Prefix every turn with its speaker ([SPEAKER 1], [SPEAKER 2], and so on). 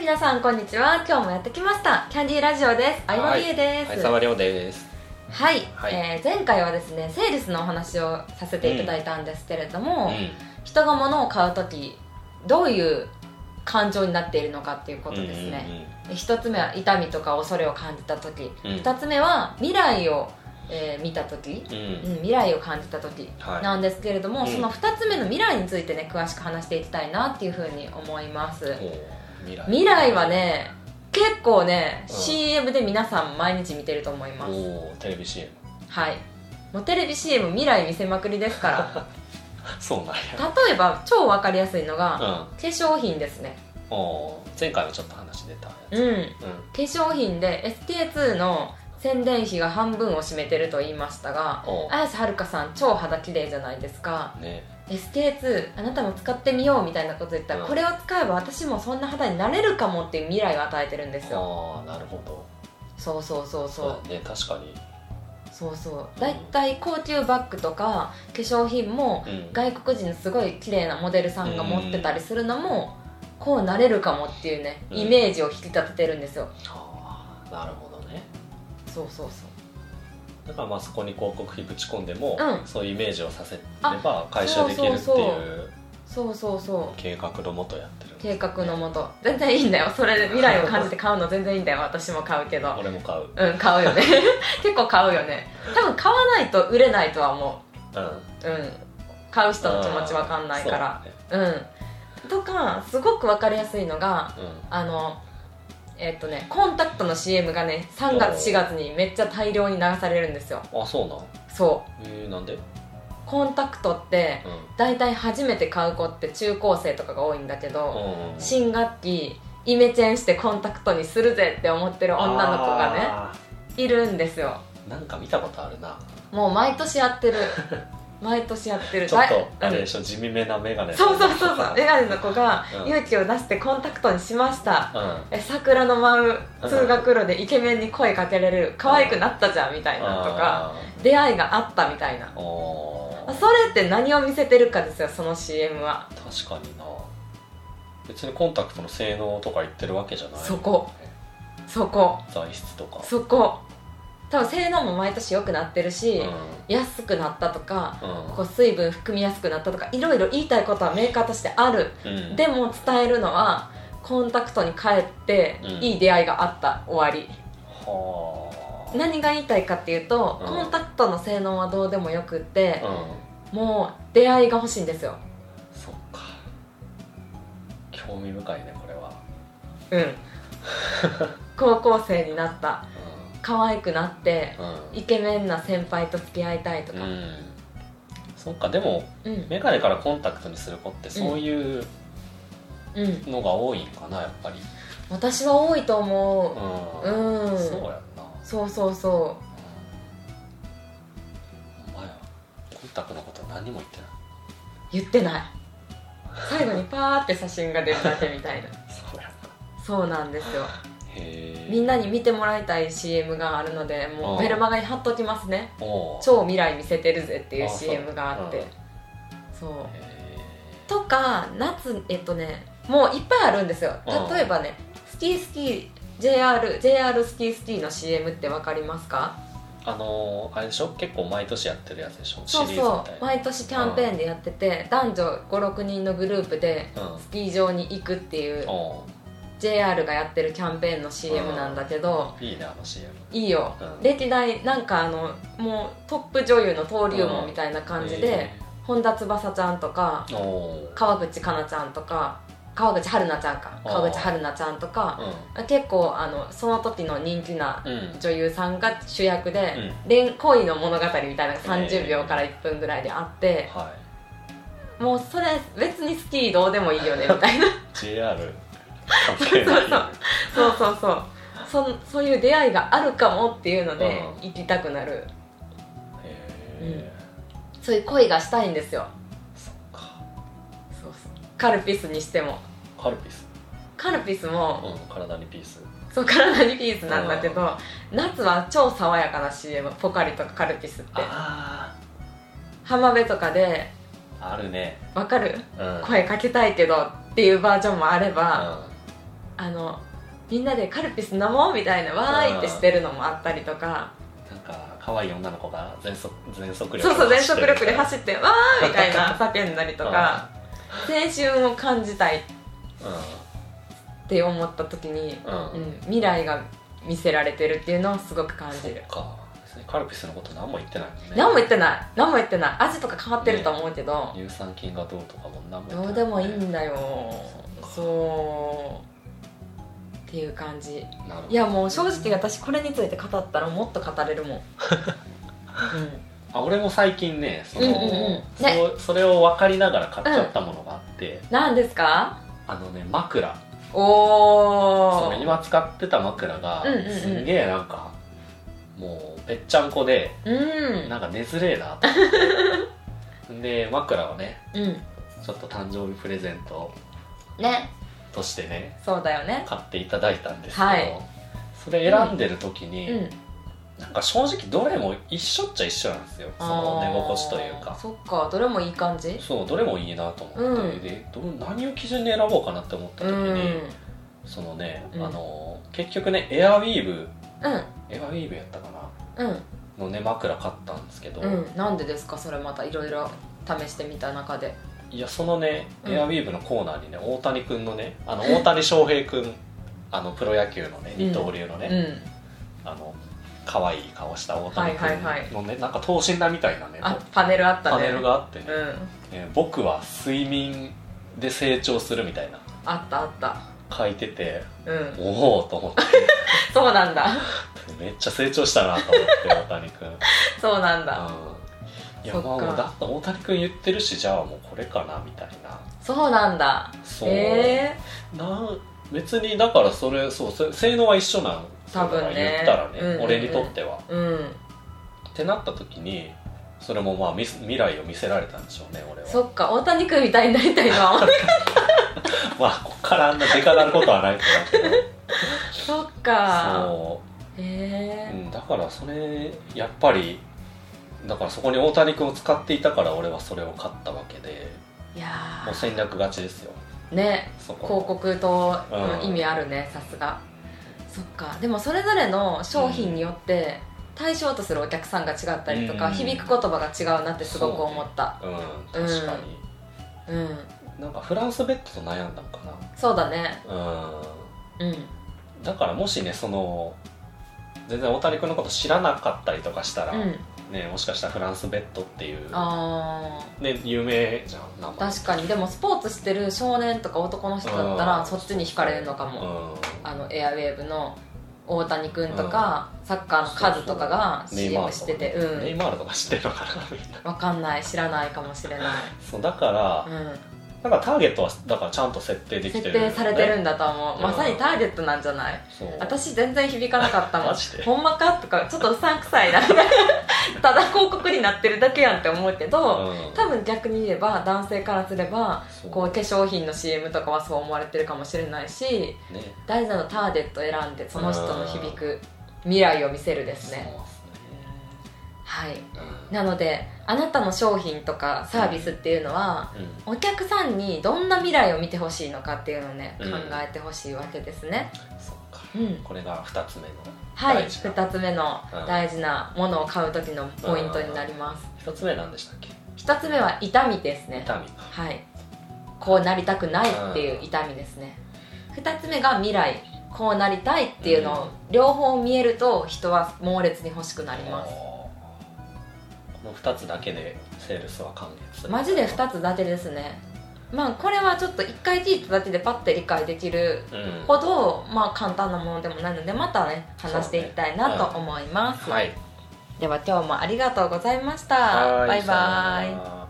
[SPEAKER 1] 皆さんこんにちは今日もやってきましたキャンディーラジオです相葉美恵です
[SPEAKER 2] はい、沢亮です。
[SPEAKER 1] はい、
[SPEAKER 2] はい
[SPEAKER 1] えー前回はですねセールスのお話をさせていただいたんですけれど
[SPEAKER 2] う
[SPEAKER 1] も、
[SPEAKER 2] ん、
[SPEAKER 1] 人が物を買う時どういう感情になっているのかっていうことですね、一つ目は痛みとか恐れを感じた時、
[SPEAKER 2] うん
[SPEAKER 1] 二つ目は未来を、えー見た時、
[SPEAKER 2] うんうん
[SPEAKER 1] う
[SPEAKER 2] うん
[SPEAKER 1] ん、未来を感じた時
[SPEAKER 2] はい
[SPEAKER 1] なんですけれども、
[SPEAKER 2] うん
[SPEAKER 1] その二つ目の未来についてね詳しく話していきたいなっていうふうに思います、
[SPEAKER 2] おー未来
[SPEAKER 1] 未来はね結構ね、
[SPEAKER 2] うん
[SPEAKER 1] CM で皆さん毎日見てると思い
[SPEAKER 2] お
[SPEAKER 1] ます
[SPEAKER 2] ーテレビ CM
[SPEAKER 1] はいもうテレビ CM 未来見せまくりですから
[SPEAKER 2] そうなん
[SPEAKER 1] 例えば超わかりやすいのが、化
[SPEAKER 2] や
[SPEAKER 1] 粧品ですね
[SPEAKER 2] うんおー前回もちょっと話出たや
[SPEAKER 1] う
[SPEAKER 2] つ
[SPEAKER 1] ん
[SPEAKER 2] うん、
[SPEAKER 1] 化粧品で SK2 の宣伝費が半分を占めてると言いましたが
[SPEAKER 2] おー
[SPEAKER 1] 綾瀬はるかさん超肌綺麗じゃないですか
[SPEAKER 2] ね
[SPEAKER 1] SK2 あなたも使ってみようみたいなこと言ったら、
[SPEAKER 2] うん
[SPEAKER 1] これを使えば私もそんな肌になれるかもっていう未来を与えてるんですよ
[SPEAKER 2] ああなるほど
[SPEAKER 1] そうそうそうそう
[SPEAKER 2] うだね確かに
[SPEAKER 1] そうそうだいたい高級バッグとか化粧品も
[SPEAKER 2] うん
[SPEAKER 1] 外国人のすごい綺麗なモデルさんが持ってたりするのもこうなれるかもっていうね
[SPEAKER 2] うん
[SPEAKER 1] イメージを引き立ててるんですよ
[SPEAKER 2] ああなるほどね
[SPEAKER 1] そうそうそう
[SPEAKER 2] だからまあそこに広告費ぶち込んでも、
[SPEAKER 1] うん
[SPEAKER 2] そういうイメージをさせれば解消できるって
[SPEAKER 1] そうそうそ
[SPEAKER 2] いう
[SPEAKER 1] そうそうそう
[SPEAKER 2] 計画のもとやってるんですね
[SPEAKER 1] 計画のもと全然いいんだよそれで未来を感じて買うの全然いいんだよ私も買うけど
[SPEAKER 2] 俺も買ううん
[SPEAKER 1] うん買うよね 結構買うよね多分買わないと売れないとは思ううん買う人の気持ちわかんないから
[SPEAKER 2] あー
[SPEAKER 1] うんとかすごくわかりやすいのが
[SPEAKER 2] そうだね
[SPEAKER 1] あのえっとねコンタクトの CM がね3月
[SPEAKER 2] おー
[SPEAKER 1] 4月にめっちゃ大量に流されるんですよ
[SPEAKER 2] うんあそうなん
[SPEAKER 1] そう
[SPEAKER 2] えー、なんで、うん、
[SPEAKER 1] コンタクトって大体初めて買う子って中高生とかが多いんだけど
[SPEAKER 2] うん
[SPEAKER 1] 新学期イメチェンしてコンタクトにするぜって思ってる女の子が
[SPEAKER 2] あ
[SPEAKER 1] ねいるんですよ
[SPEAKER 2] ーなんか見たことあるな
[SPEAKER 1] もう毎年やって る毎年やってる
[SPEAKER 2] ちょっ
[SPEAKER 1] だい
[SPEAKER 2] とあれ
[SPEAKER 1] う
[SPEAKER 2] で
[SPEAKER 1] ん
[SPEAKER 2] しょ、地味めな眼鏡
[SPEAKER 1] そうそうそう そうメガネの子が
[SPEAKER 2] うん
[SPEAKER 1] 勇気を出してコンタクトにしました
[SPEAKER 2] うん
[SPEAKER 1] え桜の舞う通学路でイケメンに声かけられる可愛くなったじゃんみたいなとか
[SPEAKER 2] あ
[SPEAKER 1] 出会いがあったみたいな
[SPEAKER 2] ーおー
[SPEAKER 1] それって何を見せてるかですよその CM は
[SPEAKER 2] 確かにな別にコンタクトの性能とか言ってるわけじゃない
[SPEAKER 1] そこそこ
[SPEAKER 2] 材質とか
[SPEAKER 1] そこ多分性能も毎年良くなってる
[SPEAKER 2] う
[SPEAKER 1] し、
[SPEAKER 2] んうん
[SPEAKER 1] 安くなったとかこう水分含みやすくなったとかいろいろ言いたいことはメーカーとしてある
[SPEAKER 2] うん
[SPEAKER 1] でも伝えるのはコンタクトに帰って
[SPEAKER 2] うん
[SPEAKER 1] いい出会いがあった終わり、
[SPEAKER 2] はあ
[SPEAKER 1] 何が言いたいかっていうと、
[SPEAKER 2] うん
[SPEAKER 1] コンタクトの性能はどうでもよくって、
[SPEAKER 2] うん
[SPEAKER 1] もう出会いが欲しいんですよ
[SPEAKER 2] そっか興味深いねこれは、
[SPEAKER 1] うん 高校生になった可愛くなって
[SPEAKER 2] うんうん
[SPEAKER 1] イケメンな先輩と付き合いたいとか
[SPEAKER 2] うんそっかでも
[SPEAKER 1] うん
[SPEAKER 2] 眼鏡からコンタクトにする子ってそういう
[SPEAKER 1] うん、
[SPEAKER 2] のが多いんかなやっぱり
[SPEAKER 1] 私は多いと思う
[SPEAKER 2] う
[SPEAKER 1] うん
[SPEAKER 2] そうやんな
[SPEAKER 1] そうそうそ
[SPEAKER 2] お前はコンタクトのこと何も言
[SPEAKER 1] 言っ
[SPEAKER 2] ってないう
[SPEAKER 1] てない最後にパーって写真が出るだけみた いな
[SPEAKER 2] そうやな
[SPEAKER 1] そうなんですよ
[SPEAKER 2] へえ
[SPEAKER 1] みんなに見てもらいたい CM があるのでもう
[SPEAKER 2] あー
[SPEAKER 1] ベルマガに貼っときますね
[SPEAKER 2] おう
[SPEAKER 1] 超未来見せてるぜっていう
[SPEAKER 2] あそう
[SPEAKER 1] CM があって
[SPEAKER 2] うん
[SPEAKER 1] そう
[SPEAKER 2] へ
[SPEAKER 1] とか夏えっとねもういっぱいあるんですよ
[SPEAKER 2] うん
[SPEAKER 1] 例えばねスキースキー JR, JR スキースキーの CM ってわかりますか
[SPEAKER 2] ーあのーあれでしょ結構毎年やってるやつでしょシ
[SPEAKER 1] そう
[SPEAKER 2] リーズみたい
[SPEAKER 1] そ
[SPEAKER 2] な
[SPEAKER 1] う毎年キャンペーンでやってて、男女56人のグループで
[SPEAKER 2] うん
[SPEAKER 1] スキー場に行くっていう
[SPEAKER 2] おう
[SPEAKER 1] JR がやってるキャンペーンの CM なんだけど、
[SPEAKER 2] いいねあの CM
[SPEAKER 1] いいよ、
[SPEAKER 2] うん
[SPEAKER 1] 歴代なんかあのもうトップ女優の登竜門みたいな感じで、
[SPEAKER 2] へ
[SPEAKER 1] 本田翼ちゃんとか
[SPEAKER 2] ーおう
[SPEAKER 1] 川口かなちゃんとか川口春奈ちゃんか
[SPEAKER 2] あー
[SPEAKER 1] 川口春奈ちゃんとか
[SPEAKER 2] う
[SPEAKER 1] 結構あのその時の人気なん
[SPEAKER 2] うん
[SPEAKER 1] 女優さんが主役で、恋恋の物語みたいなのが30秒から1分ぐらいであって、
[SPEAKER 2] は
[SPEAKER 1] もうそれ別にスキーどうでもいいよねみたいな
[SPEAKER 2] い JR 関係ない
[SPEAKER 1] そうそうそうそんそういう出会いがあるかもっていうので
[SPEAKER 2] う
[SPEAKER 1] 行きたくなる
[SPEAKER 2] へえ
[SPEAKER 1] そういう恋がしたいんですよ
[SPEAKER 2] そっか
[SPEAKER 1] そうそうカルピスにしても
[SPEAKER 2] カルピス
[SPEAKER 1] カルピスも
[SPEAKER 2] うん体にピース
[SPEAKER 1] そう体にピースなんだけど夏は超爽やかな CM ポカリとかカルピスって
[SPEAKER 2] あ
[SPEAKER 1] 浜辺とかで
[SPEAKER 2] ああるね
[SPEAKER 1] わかる
[SPEAKER 2] うん
[SPEAKER 1] 声かけたいけどっていうバージョンもあれば、
[SPEAKER 2] う
[SPEAKER 1] あのみんなでカルピス飲もうみたいなわーいってしてるのもあったりとか
[SPEAKER 2] なんか可愛い女の子が全速全速力
[SPEAKER 1] そうそう全速力で
[SPEAKER 2] っ
[SPEAKER 1] 走ってわーみたいな叫んだりとか青春を感じたいって思った時に、
[SPEAKER 2] うんうん、
[SPEAKER 1] う
[SPEAKER 2] うん、
[SPEAKER 1] ん、未来が見せられてるっていうのをすごく感
[SPEAKER 2] そ
[SPEAKER 1] じ
[SPEAKER 2] う
[SPEAKER 1] る
[SPEAKER 2] か別にカルピスのこと何も言ってないもんね
[SPEAKER 1] 何も言ってない何も言ってない味とか変わってると思うけど、
[SPEAKER 2] 乳酸菌がどうとかも何も言っ
[SPEAKER 1] どう
[SPEAKER 2] てな
[SPEAKER 1] で
[SPEAKER 2] い
[SPEAKER 1] もいいんだよ
[SPEAKER 2] そうか
[SPEAKER 1] そうっていう感じ
[SPEAKER 2] なるほど
[SPEAKER 1] いやもう正直私これについて語ったらもっと語れる もん、う
[SPEAKER 2] あ俺も最近ねその、
[SPEAKER 1] うんうんうん
[SPEAKER 2] そそれを分かんながら買っちゃったものがあって、
[SPEAKER 1] ん、何ですか
[SPEAKER 2] あのね枕そ
[SPEAKER 1] お
[SPEAKER 2] の
[SPEAKER 1] ー
[SPEAKER 2] 今使ってた枕が
[SPEAKER 1] うんうんうん
[SPEAKER 2] すんげえなんか、もうぺっちゃんこで
[SPEAKER 1] うん
[SPEAKER 2] なんか寝づれえなと 思ってで枕をね
[SPEAKER 1] うん
[SPEAKER 2] ちょっと誕生日プレゼント
[SPEAKER 1] ね
[SPEAKER 2] としてね
[SPEAKER 1] そうだよね
[SPEAKER 2] 買っていただいたんですけど、
[SPEAKER 1] はい
[SPEAKER 2] それ選んでる時に、
[SPEAKER 1] うん
[SPEAKER 2] なんか正直どれも一緒っちゃ一緒なんですよその寝心地という
[SPEAKER 1] あー
[SPEAKER 2] か
[SPEAKER 1] そっかどれもいい感じ
[SPEAKER 2] そうどれもいいなと思って、
[SPEAKER 1] うん
[SPEAKER 2] でど何を基準に選ぼうかなって思った
[SPEAKER 1] う
[SPEAKER 2] 時
[SPEAKER 1] んうん
[SPEAKER 2] に、そのね、
[SPEAKER 1] うん
[SPEAKER 2] あの結局ねエアウィーヴ
[SPEAKER 1] う
[SPEAKER 2] エアウィーヴやったかなんのね枕買ったんですけど、
[SPEAKER 1] うんなんでですかそれまたいろいろ試してみた中で
[SPEAKER 2] いやそのね
[SPEAKER 1] うん
[SPEAKER 2] エアウィーヴのコーナーにね大谷君のねあの大谷翔平君 あのプロ野球のね
[SPEAKER 1] うん
[SPEAKER 2] 二刀流の
[SPEAKER 1] う
[SPEAKER 2] ね、
[SPEAKER 1] ん
[SPEAKER 2] あの可愛い顔した大谷君のね、
[SPEAKER 1] はいはい
[SPEAKER 2] なんか等身大みたいなね
[SPEAKER 1] あパネルあったね
[SPEAKER 2] パネルがあってね、
[SPEAKER 1] うん
[SPEAKER 2] えー僕は睡眠で成長するみたいな
[SPEAKER 1] あったあった
[SPEAKER 2] 書いてて
[SPEAKER 1] うん
[SPEAKER 2] おおと思って
[SPEAKER 1] そうなんだ
[SPEAKER 2] めっちゃ成長したなと 思って大谷君
[SPEAKER 1] そうなんだ
[SPEAKER 2] いや
[SPEAKER 1] そっか
[SPEAKER 2] まあもうだって大谷君言ってるしじゃあもうこれかなみたいな
[SPEAKER 1] そうなんだ
[SPEAKER 2] そう、
[SPEAKER 1] へえ
[SPEAKER 2] なん別にだからそれそうせ性能は一緒なん
[SPEAKER 1] 多分ね
[SPEAKER 2] それは言ったらね、
[SPEAKER 1] うんうんうん
[SPEAKER 2] 俺にとっては
[SPEAKER 1] うん
[SPEAKER 2] ってなった時にそれもまあみ未来を見せられたんでしょうね俺は
[SPEAKER 1] そっか大谷君みたいになりたいな
[SPEAKER 2] まあこっからあんなでかなることはないと 思うけど
[SPEAKER 1] そっか
[SPEAKER 2] そう
[SPEAKER 1] へ
[SPEAKER 2] う
[SPEAKER 1] え
[SPEAKER 2] ん、だからそれやっぱりだからそこに大谷君を使っていたから俺はそれを買ったわけで
[SPEAKER 1] いや
[SPEAKER 2] もう
[SPEAKER 1] ー
[SPEAKER 2] 戦略勝ちですよ
[SPEAKER 1] ね
[SPEAKER 2] そこ
[SPEAKER 1] 広告と
[SPEAKER 2] うん
[SPEAKER 1] 意味あるねさすがそっかでもそれぞれの商品によって対象とするお客さんが違ったりとか、
[SPEAKER 2] うん
[SPEAKER 1] 響く言葉が違うなってすごく思った
[SPEAKER 2] うん確かに、
[SPEAKER 1] う,、ん
[SPEAKER 2] なんかフランスベッドと悩んだのか
[SPEAKER 1] そうだね
[SPEAKER 2] なう
[SPEAKER 1] うん
[SPEAKER 2] んだからもしねその全然大谷君のこと知らなかったりとかしたら、
[SPEAKER 1] うん
[SPEAKER 2] ね、もしかしたらフランスベッドっていう、
[SPEAKER 1] あ
[SPEAKER 2] ね、有名じゃん名
[SPEAKER 1] ー
[SPEAKER 2] 前
[SPEAKER 1] 確かにでもスポーツしてる少年とか男の人だった
[SPEAKER 2] う
[SPEAKER 1] ら
[SPEAKER 2] ん
[SPEAKER 1] そっちに惹かれるのかも、
[SPEAKER 2] うん
[SPEAKER 1] あのエアウェーブの大谷君とか、サッカーのカズとかが
[SPEAKER 2] ネイ
[SPEAKER 1] CM
[SPEAKER 2] マールと
[SPEAKER 1] し
[SPEAKER 2] か
[SPEAKER 1] ててう
[SPEAKER 2] ネイ
[SPEAKER 1] ん
[SPEAKER 2] マールとか知ってるのかなみん な
[SPEAKER 1] わかんない知らないかもしれない、
[SPEAKER 2] そうだから、
[SPEAKER 1] うん、
[SPEAKER 2] だからターゲットはだからちゃんと設定できて
[SPEAKER 1] 設
[SPEAKER 2] る、
[SPEAKER 1] 定されてるんだと思う、
[SPEAKER 2] うん
[SPEAKER 1] まさにターゲットなんじゃない
[SPEAKER 2] そう
[SPEAKER 1] 私全然響かなかったもん
[SPEAKER 2] マジで
[SPEAKER 1] ほんまかとかちょっとうさんくさいな ただ広告になってるだけやんって思うけど、
[SPEAKER 2] うん
[SPEAKER 1] 多分逆に言えば男性からすれば
[SPEAKER 2] そう
[SPEAKER 1] こう化粧品の CM とかはそう思われてるかもしれないし
[SPEAKER 2] ね
[SPEAKER 1] 大事なのはターゲット選んでその人の響く未来を見せるで
[SPEAKER 2] そうですすね
[SPEAKER 1] ねはい
[SPEAKER 2] うん
[SPEAKER 1] なのであなたの商品とかサービスっていうのは、
[SPEAKER 2] うん
[SPEAKER 1] お客さんにどんな未来を見てほしいのかっていうのをね、
[SPEAKER 2] うん
[SPEAKER 1] 考えてほしいわけですね、
[SPEAKER 2] そっか
[SPEAKER 1] うん、
[SPEAKER 2] これが2つ目の
[SPEAKER 1] はい
[SPEAKER 2] 大事な
[SPEAKER 1] 2つ目の
[SPEAKER 2] うん
[SPEAKER 1] 大事なものを買う時のポイントになります
[SPEAKER 2] 1つ目なんでしたっけ
[SPEAKER 1] 1つ目は痛みですね
[SPEAKER 2] 痛み
[SPEAKER 1] はいこうなりたくないっていう痛みですね2つ目が未来こうなりたいっていうのを
[SPEAKER 2] うん
[SPEAKER 1] 両方見えると人は猛烈に欲しくなりま
[SPEAKER 2] おーこの2つだけでセールスは完結
[SPEAKER 1] すマジで
[SPEAKER 2] 2
[SPEAKER 1] 2つだけですねまあこれはちょっと1回聞いただけでパッて理解できる
[SPEAKER 2] うん
[SPEAKER 1] ほど、まあ、簡単なものでもないのでまたね話していきたいなと思います、
[SPEAKER 2] はい
[SPEAKER 1] では今日もありがとうございました
[SPEAKER 2] はい
[SPEAKER 1] バイバイ
[SPEAKER 2] さよなら